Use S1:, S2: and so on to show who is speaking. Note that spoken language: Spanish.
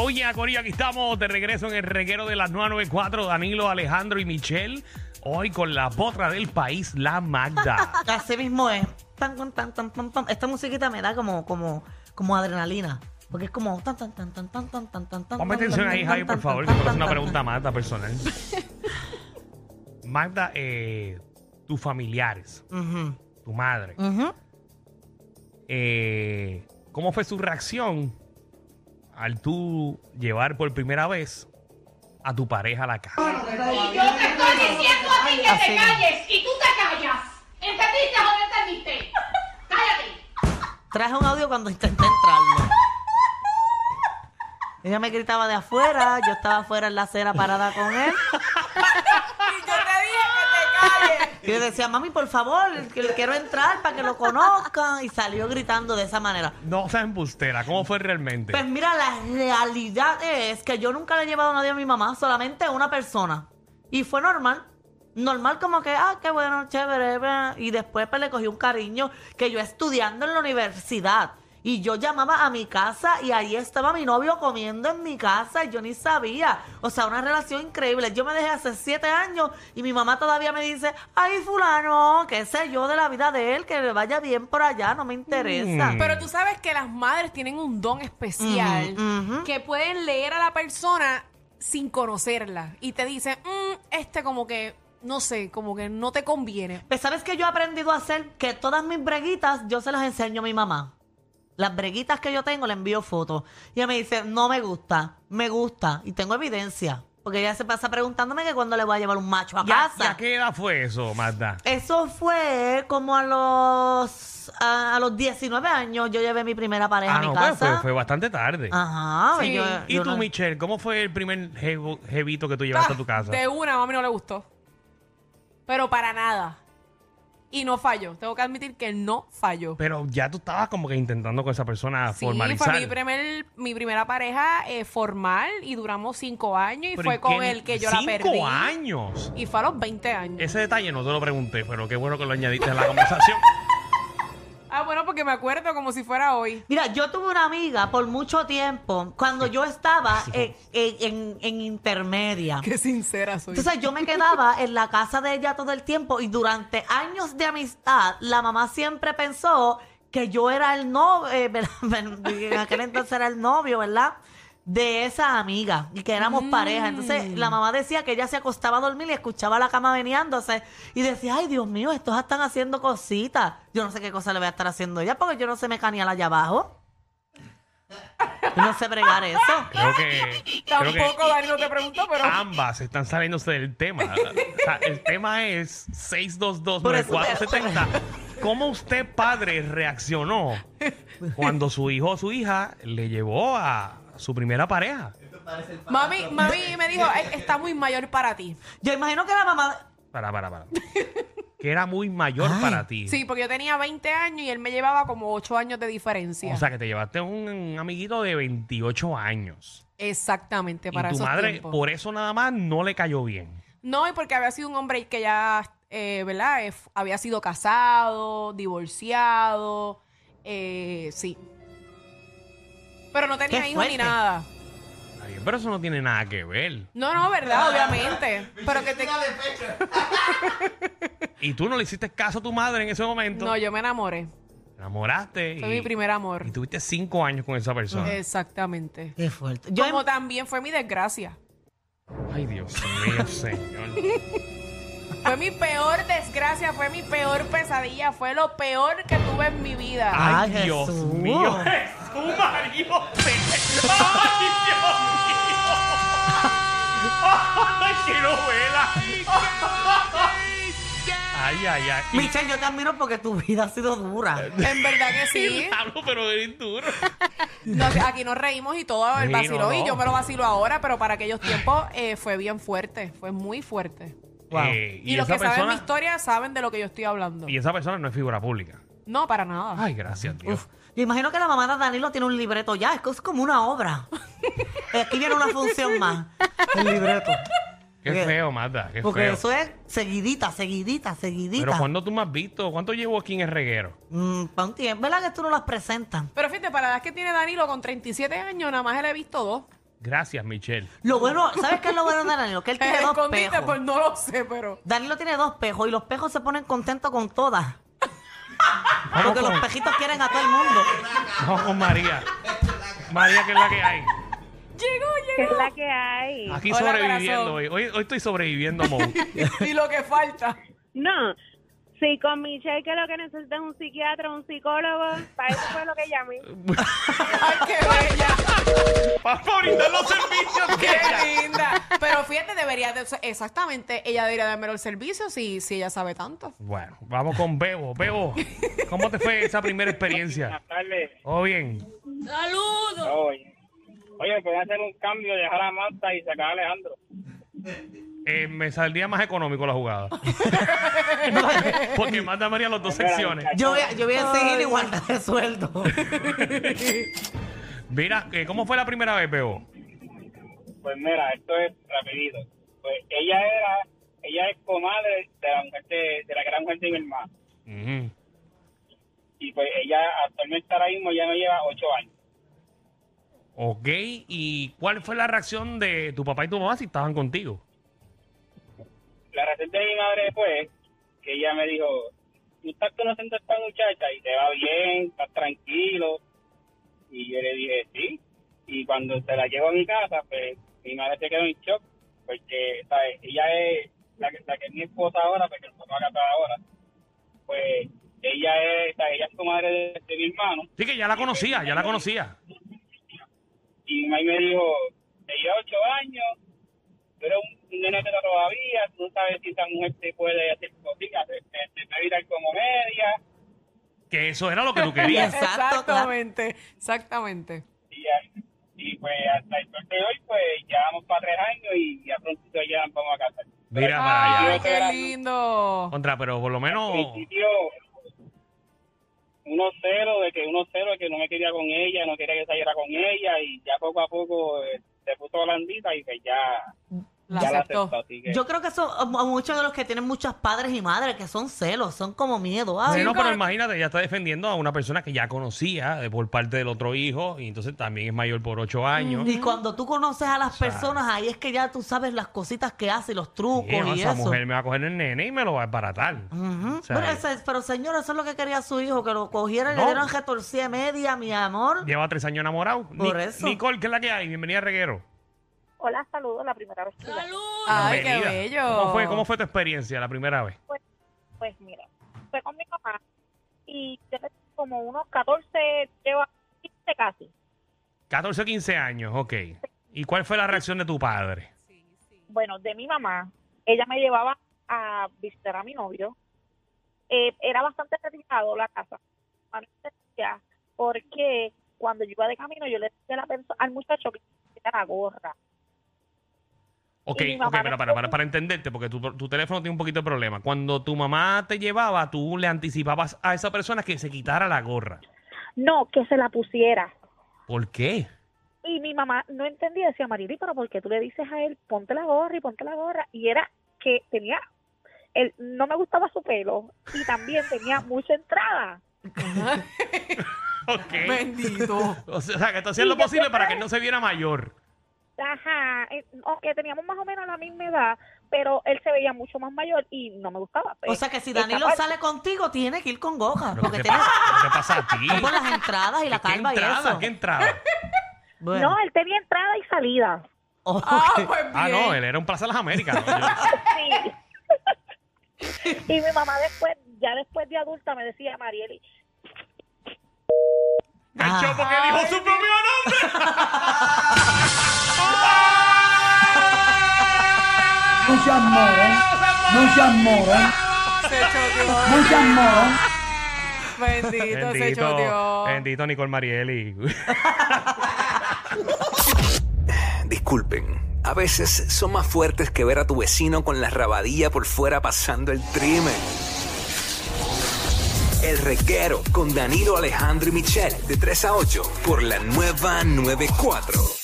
S1: Oye, Corillo, aquí estamos de regreso en el reguero de las 994, Danilo, Alejandro y Michelle. Hoy con la potra del país, la Magda.
S2: Así mismo es. Tan, tan, tan, tan, tan, tan. Esta musiquita me da como, como, como adrenalina. Porque es como tan tan tan tan tan tan tan tan tan.
S1: Ponme
S2: tan,
S1: atención
S2: tan,
S1: ahí,
S2: tan,
S1: Javi,
S2: tan,
S1: por favor, que
S2: tan,
S1: te voy a hacer
S2: tan,
S1: una
S2: tan,
S1: pregunta a
S2: tan.
S1: Magda personal. Magda, eh, tus familiares,
S2: Ujú,
S1: tu madre,
S2: ujú.
S1: eh, ¿cómo fue su reacción al tú llevar por primera vez a tu pareja a la casa?
S3: Y yo te estoy diciendo a ti que
S2: Así
S3: te
S2: no.
S3: calles y tú te callas. ¿Entendiste o no entendiste? Cállate.
S2: Traje un audio cuando intenté entrarlo. Ella me gritaba de afuera, yo estaba afuera en la acera parada con él. Y yo decía, mami, por favor, que le quiero entrar para que lo conozcan. Y salió gritando de esa manera.
S1: No seas embustera, ¿cómo fue realmente?
S2: Pues mira, la realidad es que yo nunca le he llevado a nadie a mi mamá, solamente a una persona. Y fue normal. Normal como que, ah, qué bueno, chévere. bla. Y después pues, le cogí un cariño que yo estudiando en la universidad. Y yo llamaba a mi casa y ahí estaba mi novio comiendo en mi casa y yo ni sabía. O sea, una relación increíble. Yo me dejé hace siete años y mi mamá todavía me dice, ay, fulano, qué sé yo de la vida de él, que le vaya bien por allá, no me interesa.
S1: Mm.
S4: Pero tú sabes que las madres tienen un don especial
S2: Ujú, ujú.
S4: que pueden leer a la persona sin conocerla y te dicen, "Mm, este como que, no sé, como que no te conviene.
S2: Pues sabes que yo he aprendido a hacer que todas mis breguitas yo se las enseño a mi mamá. Las breguitas que yo tengo le envío fotos. Y ella me dice, no me gusta, me gusta. Y tengo evidencia. Porque ella se pasa preguntándome que cuándo le voy a llevar un macho a
S1: ¿Ya,
S2: casa.
S1: ya qué edad fue eso, Magda?
S2: Eso fue como a los a, a los 19 años yo llevé mi primera pareja
S1: Ah,
S2: a mi
S1: no, pero
S2: casa.
S1: fue, fue bastante tarde.
S2: Ajá.
S4: Sí.
S2: yo-
S1: ¿Y
S2: yo
S1: tú,
S2: no-
S1: Michelle, cómo fue el primer jevo- jevito que tú llevaste a tu casa?
S4: Ah, De una, a mami no le gustó. Pero para nada. Y no falló. Tengo que admitir que no falló.
S1: Pero ya tú estabas como que intentando con esa persona
S4: Sí,
S1: formalizar.
S4: fue mi, primer, mi primera pareja eh, formal y duramos cinco años y
S1: Pero
S4: fue
S1: ¿y
S4: con
S1: qué-
S4: el que yo la
S1: cinco
S4: perdí.
S1: años.
S4: Y fue a los 20 años.
S1: Ese detalle no te lo pregunté, pero qué bueno que lo añadiste a la conversación.
S4: Ah, bueno, porque me acuerdo como si fuera hoy.
S2: Mira, yo tuve una amiga por mucho tiempo cuando yo estaba en, en- en- en
S1: Ah.
S2: intermedia.
S4: Qué sincera soy.
S2: Entonces yo me quedaba en la casa de ella todo el tiempo y durante años de amistad la mamá siempre pensó que yo era el novio, en aquel entonces era el novio, ¿verdad? De esa amiga y que éramos pareja. Entonces la mamá decía que ella se acostaba a dormir y escuchaba la cama veniándose y decía, ay Dios mío, estos están haciendo cositas. Yo no sé qué cosa le voy a estar haciendo a ella porque yo no sé mecanear allá abajo. Yo no sé bregar eso.
S1: Creo que, creo que Ah.
S4: Tampoco Dani no te preguntó, pero
S1: ambas están saliéndose del tema. O sea, el tema es
S2: Por eso te-
S1: 6229470. ¿Cómo usted, padre, reaccionó cuando su hijo o su hija le llevó a su primera pareja?
S4: mami, mami me dijo, "Ay, está muy mayor para ti.
S2: Yo imagino que la mamá...
S1: Para, para, para. Que era muy mayor para ti.
S4: Sí, porque yo tenía 20 años y él me llevaba como 8 años de diferencia.
S1: O sea, que te llevaste un, un amiguito de 28 años.
S4: Exactamente, para
S1: y tu
S4: esos
S1: madre,
S4: tiempos.
S1: por eso nada más, no le cayó bien.
S4: No, y porque había sido un hombre que ya, eh, ¿verdad? Eh, f- había sido casado, divorciado, eh, sí. Pero no tenía
S2: Qué
S4: hijos ni
S2: fuerte.
S4: nada.
S1: Está bien, pero eso no tiene nada que ver.
S4: No, no, ¿verdad? Obviamente. Pero que te...
S1: Y tú no le hiciste caso a tu madre en ese momento.
S4: No, yo me enamoré.
S1: Te enamoraste.
S4: Fue
S1: y,
S4: mi primer amor.
S1: Y tuviste cinco años con esa persona.
S4: Exactamente.
S2: Qué fuerte. Yo
S1: em-
S4: Como también fue mi desgracia.
S1: Ay, Dios mío, señor.
S4: Fue mi peor desgracia, fue mi peor pesadilla, fue lo peor que tuve en mi vida.
S1: Ay,
S2: Ay,
S1: Dios
S2: Jesús.
S1: mío. Jesús, María. Ay, Dios mío. Ay, qué novela. Ay, ay, ay. Y-
S2: Michelle, yo te admiro porque tu vida ha sido dura.
S1: Eh,
S4: En verdad que sí.
S1: Diablo, pero eres duro.
S4: No, aquí nos reímos y todo el
S1: Sí,
S4: vaciló
S1: no, no.
S4: y yo me lo vacilo ahora, pero para aquellos tiempos eh, fue bien fuerte, fue muy fuerte.
S2: Wow.
S1: Eh,
S4: Y, los que saben mi historia saben de lo que yo estoy hablando.
S1: y esa persona no es figura pública.
S4: No, para nada.
S1: Ay, gracias, Dios.
S2: Uf. Yo imagino que la mamá de Danilo tiene un libreto ya, es que es como una obra. Aquí viene una función más. El libreto.
S1: Qué
S2: Porque-
S1: feo, Magda. Qué
S2: Porque
S1: feo.
S2: eso es seguidita, seguidita,
S1: Pero
S2: seguidita.
S1: cuando tú me has visto, ¿cuánto llevo aquí en el reguero?
S2: Mm, pa' un tiempo. ¿Verdad que tú no las presentas?
S4: Pero fíjate, para la edad que tiene Danilo, con 37 años, nada más le he visto dos.
S1: Gracias, Michelle.
S2: Lo bueno, ¿sabes qué es lo bueno de Danilo? Que él tiene dos
S4: Escondite,
S2: pejos.
S4: pues no lo sé, pero.
S2: Danilo tiene dos pejos y los pejos se ponen contentos con todas.
S1: Vamos
S2: Porque
S1: con,
S2: los pejitos quieren a todo el mundo.
S1: vamos con María. María, que es la que hay.
S4: Llegó,
S5: ¿Qué es
S4: llegó.
S5: la que hay?
S1: Aquí
S4: Hola,
S1: sobreviviendo
S4: corazón.
S1: hoy. hoy. Hoy estoy sobreviviendo, Mou.
S4: y lo que falta.
S5: No, sí, con Michelle que lo que necesita es un psiquiatra, un psicólogo, para eso fue lo que llamé.
S4: Ay, qué bella.
S1: Para brindar los servicios que ella.
S4: Qué linda. Pero fíjate, debería de, exactamente, ella debería darme el servicio si, si ella sabe tanto.
S1: Bueno, vamos con Bebo. Bebo, ¿cómo te fue esa primera experiencia?
S6: Buenas tardes.
S1: ¿Todo bien?
S6: Oye, oye, pueden hacer un cambio, dejar a Manta y sacar a Alejandro.
S1: Eh, me saldría más económico la jugada. Porque manda María las dos secciones.
S2: Yo voy, a- yo voy a seguir igualdad de sueldo.
S1: Mira, eh, ¿cómo fue la primera vez, Bebo?
S6: Pues mira, esto es rapidito. Pues ella era, ella es comadre de la mujer de, de la gran mujer de mi hermano.
S1: Ujú.
S6: Y pues ella actualmente ahora mismo ya no lleva ocho años.
S1: Ok, ¿y cuál fue la reacción de tu papá y tu mamá si estaban contigo?
S6: La receta de mi madre fue que ella me dijo, tú estás conociendo a esta muchacha y te va bien, estás tranquilo. Y yo le dije, sí. Y cuando se la llevo a mi casa, pues mi madre se quedó en shock porque, ¿sabes? Ella es la que, la que es mi esposa ahora, porque el papá casada ahora. Pues ella es, ¿sabes? Ella es comadre de, de mi hermano.
S1: Sí, que ya la conocía, ya la conocía.
S6: Y mi mamá me dijo, te lleva ocho años, tú eres un un nene pero todavía, tú no sabes si esa mujer te puede hacer cositas, te, te, te puede virar como media.
S1: Que eso era lo que tú querías.
S2: Exacto, claro.
S4: exactamente, exactamente.
S6: Y, ya- y pues hasta el sol de hoy, pues ya vamos para tres años y ya prontito ya nos vamos a casar.
S1: Mira para
S4: Ay,
S1: allá.
S4: qué lindo.
S1: Contra, pero por lo
S4: Oh.
S6: Al
S1: menos...
S6: principio, uno cero, de que uno cero, de que no me quería con ella, no quería que saliera con ella y ya poco a poco eh, se puso holandita y que ya
S4: La
S6: ya
S4: aceptó.
S6: así que-
S2: Yo creo que son a- a muchos de los que tienen muchos padres y madres que son celos, son como miedo. Ay,
S1: Bueno,
S4: Cinco-
S1: pero imagínate, ya está defendiendo a una persona que ya conocía de por parte del otro hijo y entonces también es mayor por
S2: Mm,
S1: ocho años.
S2: Y cuando tú conoces a las personas, ahí es que ya tú sabes las cositas que hace, y los trucos
S1: Sí, no,
S2: y
S1: esa
S2: eso.
S1: mujer me va a coger el nene y me lo va a desbaratar.
S2: Ujú.
S1: O sea,
S2: pero, ese- pero, señor, eso es lo que quería su hijo, que lo cogiera y
S1: No.
S2: le dieron retorcida y media, mi amor.
S1: Lleva tres años enamorado.
S2: Por eso.
S1: Nicole, ¿qué es la que hay? Bienvenida a Reguero.
S5: Hola, saludos, la primera vez que llamo.
S4: Ay, qué
S1: Bienvenida.
S4: bello.
S1: ¿Cómo fue, cómo fue tu experiencia la primera vez?
S5: Pues mira, fue con mi papá y yo tengo como unos 14, llevo 15 casi.
S1: 14 o 15 años, ok. ¿Y cuál fue la reacción de tu padre?
S5: Bueno, de mi mamá, ella me llevaba a visitar a mi novio. Eh, era bastante retirado la casa. A mí me decía, Porque cuando yo iba de camino, yo le decía a la perso- al muchacho que se quitara la gorra.
S1: Ok,
S5: mi mamá
S1: ok, para,
S5: me-
S1: para, para, para entenderte, porque tu, tu teléfono tiene un poquito de problema. Cuando tu mamá te llevaba, tú le anticipabas a esa persona que se quitara la gorra.
S5: No, que se la pusiera.
S1: ¿Por qué?
S5: Y mi mamá no entendía, decía, Marili, pero ¿por qué tú le dices a él, ponte la gorra y ponte la gorra? Y era que tenía, él no me gustaba su pelo y también tenía mucha entrada.
S1: Ok.
S4: Bendito.
S1: O sea, que está haciendo lo
S5: Y yo
S1: posible
S5: creo
S1: para
S5: que-
S1: que no se viera mayor.
S5: Ajá, eh, aunque teníamos más o menos la misma edad, pero él se veía mucho más mayor y no me gustaba. pues.
S2: O sea que si
S5: Esa
S2: Danilo
S5: parte.
S2: sale contigo, tiene que ir con goja.
S1: Pero, ¿qué,
S2: Porque
S1: te
S2: tiene
S1: pasa, ¿Qué te pasa a ti?
S2: por las entradas y la
S1: ¿Qué
S2: calva y
S1: entrada?
S2: eso.
S1: ¿Qué entrada?
S2: Bueno.
S5: No, él tenía entrada y salida.
S2: Oh,
S4: Ah,
S2: ok.
S4: pues bien. Ah.
S1: Ah, no, él era un Plaza de las Américas. ¿no? Yo-
S5: Sí. y mi mamá después, ya después de adulta, me decía, Marieli,
S1: Gancho
S2: Ah.
S1: porque dijo su propio nombre.
S7: Muchas moros, muchas moros,
S4: Se choteó.
S7: muchas moros.
S4: Bendito, se
S1: Bendito,
S4: choteó.
S1: bendito Nicole Marieli.
S8: disculpen. A veces son más fuertes que ver a tu vecino con la rabadilla por fuera pasando el trimen. El reguero con Danilo Alejandro y Michel de 3 a 8 por la nueva 94.